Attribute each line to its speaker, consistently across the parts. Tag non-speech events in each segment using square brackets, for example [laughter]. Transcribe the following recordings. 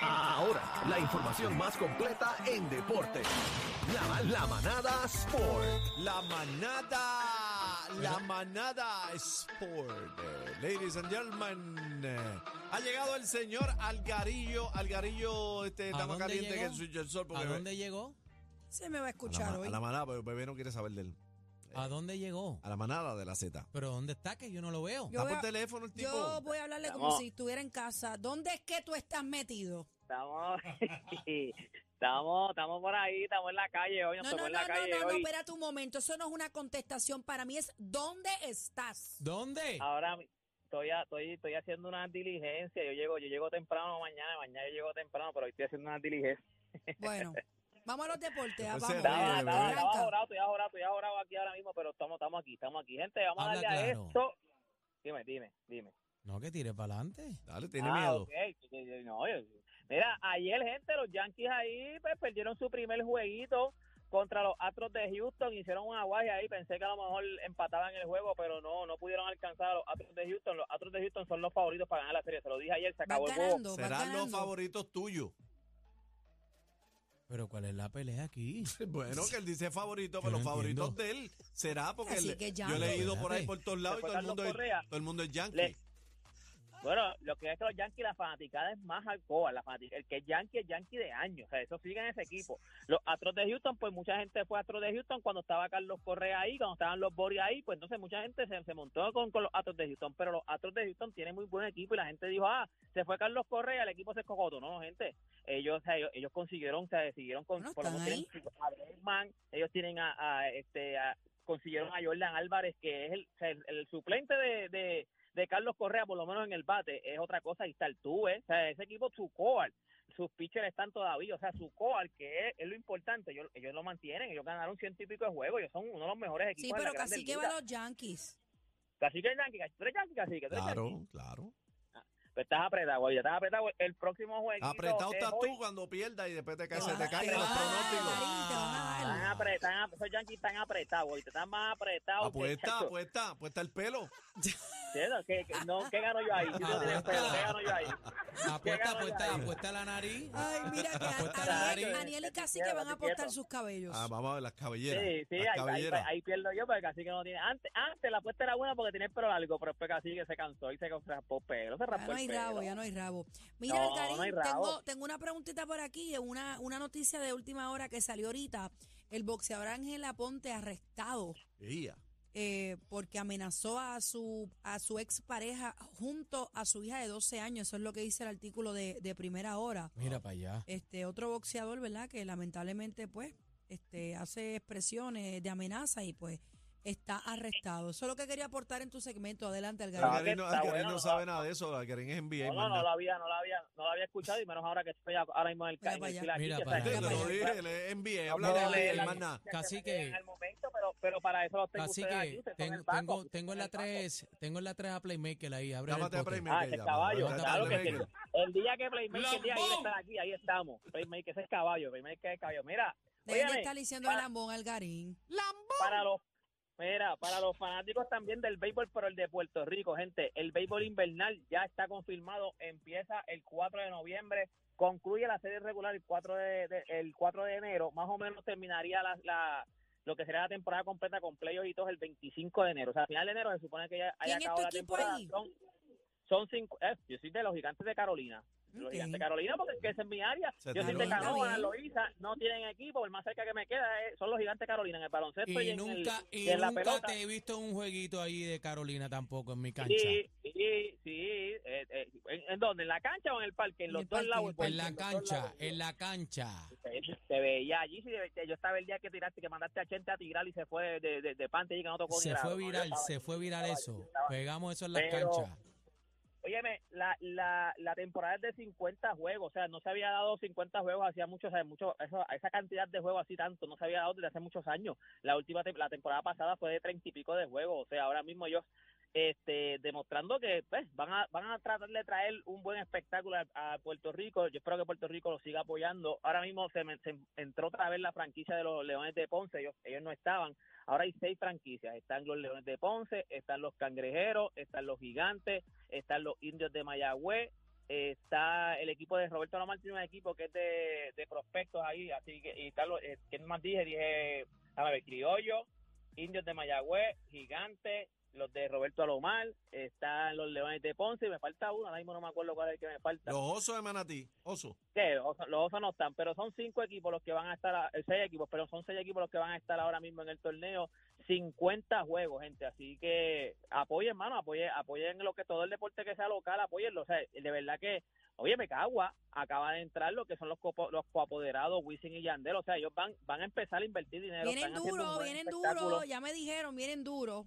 Speaker 1: Ahora, la información más completa en deporte. La, la manada Sport.
Speaker 2: La manada, la manada Sport. Eh, Ladies and gentlemen, eh, ha llegado el señor Algarillo. Algarillo este, está más
Speaker 3: dónde
Speaker 2: caliente
Speaker 3: llegó?
Speaker 2: que el suyo el sol.
Speaker 3: ¿A
Speaker 2: Porque
Speaker 3: dónde llegó?
Speaker 4: Se me va a
Speaker 2: a la,
Speaker 4: escuchar
Speaker 2: ma-
Speaker 4: hoy.
Speaker 2: a la manada, pero el bebé no quiere saber de él.
Speaker 3: ¿A dónde llegó?
Speaker 2: A la manada de la Z.
Speaker 3: Pero ¿dónde está? Que yo no lo veo.
Speaker 4: Yo
Speaker 2: Está
Speaker 4: voy
Speaker 2: por
Speaker 4: a-
Speaker 2: teléfono el tipo.
Speaker 4: Yo voy a hablarle como
Speaker 5: Vamos.
Speaker 4: si estuviera en casa. ¿Dónde es que tú estás metido?
Speaker 3: [laughs]
Speaker 5: Estamos, [laughs] estamos, estamos por ahí, estamos en la calle hoy, nos
Speaker 4: No,
Speaker 5: tocó
Speaker 4: no, no,
Speaker 5: en la
Speaker 4: no,
Speaker 5: calle
Speaker 4: no, no,
Speaker 5: hoy.
Speaker 4: espérate un momento. Eso no es una contestación para mí, es ¿dónde estás?
Speaker 3: ¿Dónde?
Speaker 5: Ahora mi- estoy, a- estoy, estoy haciendo una diligencia, yo llego, yo llego temprano mañana, mañana yo llego temprano, pero hoy estoy haciendo una diligencia.
Speaker 4: [laughs] Bueno, vamos a los deportes. ah,
Speaker 2: Pues se
Speaker 4: Vamos,
Speaker 2: ríe,
Speaker 5: Estaba,
Speaker 2: bebé.
Speaker 5: estaba, estaba
Speaker 4: arranca.
Speaker 5: jorado, estoy ajorado, estoy ajorado aquí ahora mismo, pero estamos, estamos aquí, estamos aquí. Gente, vamos
Speaker 3: Habla
Speaker 5: a darle
Speaker 3: claro.
Speaker 5: a esto. Dime, dime, dime.
Speaker 3: No, que tire para adelante.
Speaker 2: Dale, tiene
Speaker 5: Ah,
Speaker 2: miedo.
Speaker 5: ok. No, yo- mira, ayer, gente, los Yankees ahí pues, perdieron su primer jueguito contra los Astros de Houston. Hicieron un aguaje ahí. Pensé que a lo mejor empataban el juego, pero no, no pudieron alcanzar a los Astros de Houston. Los Astros de Houston son los favoritos para ganar la serie. Se lo dije ayer, se acabó
Speaker 4: Vas
Speaker 5: el juego.
Speaker 4: ganando, vas
Speaker 2: Serán los
Speaker 4: ganando.
Speaker 2: favoritos tuyos.
Speaker 3: Pero ¿cuál es la pelea aquí?
Speaker 2: [laughs] Bueno, que él dice favorito,
Speaker 3: Yo
Speaker 2: pero
Speaker 3: no
Speaker 2: los favoritos
Speaker 3: entiendo.
Speaker 2: de él será porque
Speaker 4: Así
Speaker 2: él-
Speaker 4: que ya.
Speaker 2: yo le he ido por ahí
Speaker 3: Espérate.
Speaker 2: por todos lados y
Speaker 5: Se fue
Speaker 2: todo el
Speaker 5: Carlos
Speaker 2: mundo es,
Speaker 5: Correa.
Speaker 2: todo el mundo es yankee.
Speaker 5: Le- Bueno, lo que es que los Yankees, la fanaticada es más alcohol. La fanatic- el que es Yankee es Yankee de años. O sea, eso sigue en ese equipo. Los Astros de Houston, pues mucha gente fue a Astros de Houston cuando estaba Carlos Correa ahí, cuando estaban los Boris ahí. Pues entonces mucha gente se, se montó con, con los Astros de Houston. Pero los Astros de Houston tienen muy buen equipo y la gente dijo, ah, se fue Carlos Correa, el equipo se escogotó. No, gente. Ellos, o sea, ellos, ellos consiguieron, o sea, siguieron con.
Speaker 4: Bueno,
Speaker 5: por lo menos
Speaker 4: están ahí.
Speaker 5: tienen a Bregman, ellos tienen a, a, este, a- consiguieron a Jordan Álvarez, que es el, o sea, el- el suplente de- de de Carlos Correa, por lo menos en el bate, es otra cosa. Y está el tuve. O sea, ese equipo, su coal, sus pitchers están todavía. O sea, su coal, que es, es lo importante, ellos, ellos lo mantienen. Ellos ganaron ciento y pico de juegos. Ellos son uno de los mejores
Speaker 4: Sí,
Speaker 5: equipos.
Speaker 4: pero
Speaker 5: de la
Speaker 4: casi que va a los Yankees.
Speaker 5: Casi que Yankee, casi tú eres Yankee, casi que tú eres
Speaker 2: Claro,
Speaker 5: Yankee.
Speaker 2: claro.
Speaker 5: Pero estás apretado, güey, estás apretado. El próximo juego.
Speaker 2: Apretado estás tú cuando pierdas y después te cae, se te
Speaker 4: vas a
Speaker 2: caen
Speaker 4: quedar.
Speaker 2: los pronósticos.
Speaker 4: Ahí te van a dar.
Speaker 5: Están apretados, esos Yankees están apretados, güey, te están más apretados. que-
Speaker 2: Apuesta, pues.
Speaker 5: chacho.
Speaker 2: apuesta, apuesta el pelo.
Speaker 5: ¿Entiendes? ¿Qué, qué- no, ¿qué gano yo ahí? Si tú no
Speaker 2: [laughs]
Speaker 5: tienes pelo, ¿Qué gano yo ahí?
Speaker 3: Apuesta,
Speaker 5: Llegamos
Speaker 3: apuesta,
Speaker 5: ahí.
Speaker 3: apuesta la nariz.
Speaker 5: Ah,
Speaker 4: Ay, mira que
Speaker 3: Apuesta
Speaker 4: a-
Speaker 3: la
Speaker 4: Aniel,
Speaker 3: nariz.
Speaker 4: Aniel y casi que van a apostar sus cabellos.
Speaker 2: Ah, vamos a ver las cabelleras.
Speaker 5: Sí, sí,
Speaker 2: las
Speaker 5: ahí, ahí-
Speaker 2: cabelleras.
Speaker 5: ahí pierdo yo, porque casi que no tiene. Antes, antes la apuesta era buena porque tenía el pelo largo, pero después casi que se cansó y se raspó pelo. Se
Speaker 4: Ya
Speaker 5: raspó
Speaker 4: no
Speaker 5: el
Speaker 4: hay
Speaker 5: pelo.
Speaker 4: rabo, ya no hay rabo. Mira,
Speaker 5: No,
Speaker 4: Algarín,
Speaker 5: no hay rabo.
Speaker 4: Tengo, tengo una preguntita por aquí, eh, una, una noticia de última hora que salió ahorita. El boxeador Ángel Aponte arrestado
Speaker 2: Ia.
Speaker 4: eh, porque amenazó a su, a su expareja junto a su hija de 12 años. Eso es lo que dice el artículo de, de primera hora.
Speaker 3: Mira para allá.
Speaker 4: Este otro boxeador, ¿verdad? Que lamentablemente, pues, este, hace expresiones de amenaza y pues está arrestado. Eso es lo que quería aportar en tu segmento. Adelante, Algarín.
Speaker 5: Claro.
Speaker 2: Algarín no,
Speaker 5: está
Speaker 2: Algarín
Speaker 5: bueno,
Speaker 2: no
Speaker 5: no.
Speaker 2: sabe nada de eso. Algarín es NBA.
Speaker 5: No, no, no lo había, no lo había, no lo había escuchado y menos ahora que estoy ahora mismo en el
Speaker 4: Mira
Speaker 5: ca- en
Speaker 4: para
Speaker 5: el
Speaker 4: allá.
Speaker 5: fila aquí,
Speaker 3: Mira
Speaker 5: que
Speaker 3: para
Speaker 5: está-
Speaker 3: allá.
Speaker 5: que
Speaker 3: Mira
Speaker 2: lo
Speaker 5: está-
Speaker 2: vi,
Speaker 5: que
Speaker 2: él es NBA. Habla
Speaker 5: está-
Speaker 2: de
Speaker 5: que
Speaker 2: NBA,
Speaker 5: está-
Speaker 2: hermana.
Speaker 5: que
Speaker 3: Cacique.
Speaker 5: está bien al momento, pero, pero para eso los tengo
Speaker 3: Casi
Speaker 5: ustedes
Speaker 3: que
Speaker 5: aquí, ustedes son
Speaker 3: tengo,
Speaker 5: el banco,
Speaker 3: tengo,
Speaker 5: ustedes
Speaker 3: tengo
Speaker 5: son
Speaker 3: en la
Speaker 5: el banco.
Speaker 3: 3, tengo en la 3 a Playmaker ahí. Abre el
Speaker 2: Llámate a
Speaker 3: pote.
Speaker 2: Playmaker.
Speaker 5: Ah, ese
Speaker 2: ya,
Speaker 5: caballo,
Speaker 2: llámate a
Speaker 5: claro que sí.
Speaker 2: Playmaker.
Speaker 5: El día que Playmaker diga, ahí
Speaker 3: ¡Lambón!
Speaker 5: estar aquí, ahí estamos. Playmaker, ese es caballo, Playmaker es caballo. Mira,
Speaker 4: Dejen de
Speaker 5: óyeme,
Speaker 4: estar diciendo el
Speaker 5: para-
Speaker 4: lambón, Algarín.
Speaker 5: para los mira, para los fanáticos también del béisbol, pero el de Puerto Rico, gente, el béisbol invernal ya está confirmado, empieza el 4 de noviembre, concluye la serie regular el 4 de, de- el 4 de enero, más o menos terminaría la, la- lo que sería la temporada completa con playoffs y todo el 25 de enero, o sea, a final de enero se supone que ya haya
Speaker 4: ¿Quién es tu
Speaker 5: acabado la
Speaker 4: equipo
Speaker 5: temporada.
Speaker 4: ahí?
Speaker 5: Son, son cinco, eh, yo soy de los gigantes de Carolina. de Los
Speaker 4: Ok.
Speaker 5: gigantes de Carolina, porque es que esa es mi área.
Speaker 2: Se
Speaker 5: Yo
Speaker 2: te
Speaker 5: soy de
Speaker 2: nota.
Speaker 5: Carolina,
Speaker 4: Está bien.
Speaker 5: Loíza, no tienen equipo. El más cerca que me queda es- son los gigantes de Carolina en el baloncesto. Y,
Speaker 3: Y
Speaker 5: en el-
Speaker 3: nunca, y
Speaker 5: y en la
Speaker 3: nunca
Speaker 5: pelota.
Speaker 3: te he visto en un jueguito ahí de Carolina tampoco en mi cancha.
Speaker 5: Sí, sí, sí. eh, eh, ¿en, en dónde? ¿En la cancha o en el parque? En
Speaker 4: En
Speaker 5: los
Speaker 4: el
Speaker 5: dos
Speaker 4: parque,
Speaker 5: lados.
Speaker 4: en
Speaker 3: En la
Speaker 5: los dos
Speaker 3: cancha,
Speaker 5: lados.
Speaker 3: en la cancha.
Speaker 5: Te- Te veía allí, sí, te- yo estaba el día que tiraste, que mandaste a gente a tirar y se fue de, de, de pante y que no tocó ni
Speaker 3: Se
Speaker 5: grado,
Speaker 3: fue
Speaker 5: ¿no? Yo
Speaker 3: viral,
Speaker 5: estaba
Speaker 3: se
Speaker 5: allí,
Speaker 3: fue viral
Speaker 5: estaba allí,
Speaker 3: eso.
Speaker 5: estaba allí.
Speaker 3: Pegamos eso en las
Speaker 5: Pero-
Speaker 3: canchas.
Speaker 5: Óyeme, la, la, la temporada es de 50 juegos, o sea, no se había dado 50 juegos hacía muchos, o sea, mucho, eso- esa cantidad de juegos así tanto, no se había dado desde hace muchos años. La última, tem- la temporada pasada fue de 30 y pico de juegos, o sea, ahora mismo ellos este, demostrando que pues, van, a, van a tratar de traer un buen espectáculo a, a Puerto Rico. Yo espero que Puerto Rico lo siga apoyando. Ahora mismo se, me- se entró otra vez la franquicia de los Leones de Ponce, ellos, ellos no estaban. Ahora hay seis franquicias, están los Leones de Ponce, están los Cangrejeros, están los Gigantes, están los Indios de Mayagüez, está el equipo de Roberto Lamartine, tiene un equipo que es de, de prospectos ahí, así que, y están los, eh, ¿qué más dije? Dije, a ver, Criollo, Indios de Mayagüez, Gigantes, los de Roberto Alomar, están los Leones de Ponce, y me falta uno, ahora mismo no me acuerdo cuál es el que me falta.
Speaker 2: Los osos de Manatí,
Speaker 5: [laughs]
Speaker 2: oso.
Speaker 5: Que los, osos- los osos no están, pero son cinco equipos los que van a estar, a- eh, seis equipos, pero son seis equipos los que van a estar ahora mismo en el torneo. 50 juegos, gente. Así que apoyen, hermano, apoyen, apoyen lo que todo el deporte que sea local, apoyenlo. O sea, de verdad que, oye, Mecagua acaba de entrar lo que son los, copo- los coapoderados, Wisin y Yandel. O sea, ellos van, van a empezar a invertir dinero.
Speaker 4: Vienen
Speaker 5: están haciendo un
Speaker 4: duro,
Speaker 5: buen
Speaker 4: vienen
Speaker 5: espectáculo.
Speaker 4: duro, ya me dijeron, vienen duro.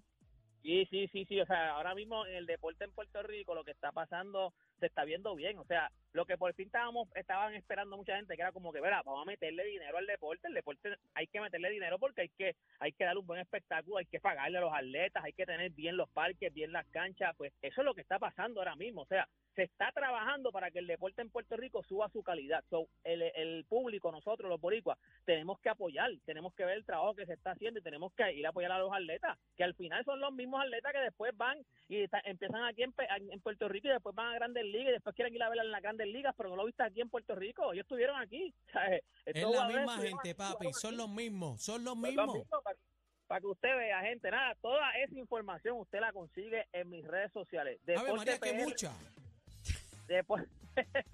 Speaker 5: Sí, sí, sí, sí. O sea, ahora mismo en el deporte en Puerto Rico lo que está pasando se está viendo bien. O sea, lo que por fin estábamos, estaban esperando mucha gente, que era como que, verá, vamos a meterle dinero al deporte. El deporte hay que meterle dinero porque hay que, hay que darle un buen espectáculo, hay que pagarle a los atletas, hay que tener bien los parques, bien las canchas. Pues eso es lo que está pasando ahora mismo. O sea, se está trabajando para que el deporte en Puerto Rico suba su calidad. So, el, el público, nosotros los boricuas, tenemos que apoyar, tenemos que ver el trabajo que se está haciendo y tenemos que ir a apoyar a los atletas, que al final son los mismos atletas que después van y está- empiezan aquí en, Pe- en Puerto Rico y después van a Grandes Ligas y después quieren ir a ver en las Grandes Ligas, pero no lo viste aquí en Puerto Rico, ellos estuvieron aquí. [laughs] ¿sabes? Estos
Speaker 3: Es la
Speaker 5: jugadores
Speaker 3: misma
Speaker 5: estuvieron
Speaker 3: gente,
Speaker 5: aquí,
Speaker 3: papi.
Speaker 5: jugaron
Speaker 3: Son
Speaker 5: aquí.
Speaker 3: los mismos, son los
Speaker 5: Pues lo
Speaker 3: mismos.
Speaker 5: mismo, para, para que usted vea, gente, nada, toda esa información usted la consigue en mis redes sociales.
Speaker 3: A ver, María, que
Speaker 5: PR,
Speaker 3: mucha.
Speaker 5: Depor-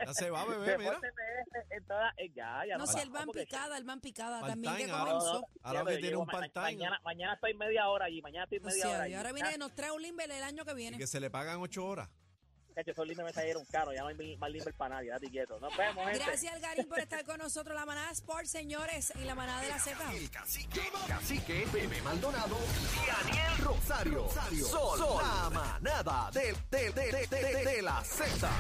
Speaker 2: Ya se va, bebé, mira.
Speaker 5: Deporte PR en todas- eh, ya, ya,
Speaker 4: No, si
Speaker 5: va,
Speaker 4: el van
Speaker 5: porque-
Speaker 4: picada, el van picada
Speaker 2: Part
Speaker 4: también que
Speaker 2: time ahora.
Speaker 4: comenzó.
Speaker 2: Ahora
Speaker 5: ya,
Speaker 2: que
Speaker 5: pero
Speaker 2: tiene
Speaker 5: yo
Speaker 2: un
Speaker 5: ma-
Speaker 2: part-time.
Speaker 5: Mañana, mañana estoy media hora allí, mañana estoy
Speaker 4: O
Speaker 5: media
Speaker 4: sea,
Speaker 5: hora
Speaker 4: y
Speaker 5: allí.
Speaker 4: ahora viene, nos trae un Limber el año que
Speaker 2: Y
Speaker 4: viene.
Speaker 2: que se le pagan ocho horas.
Speaker 5: Ah, que esos libres me salieron caros, ya no hay mil- más libre para nadie, date quieto. Nos vemos, gente.
Speaker 4: Gracias, Algarín, por estar con nosotros. La manada Sports, señores, y la manada de la Z.
Speaker 1: El cacique, cacique, bebé Maldonado y Daniel Rosario. Rosario. Sol, la manada de, de, de, de, de, de la Z.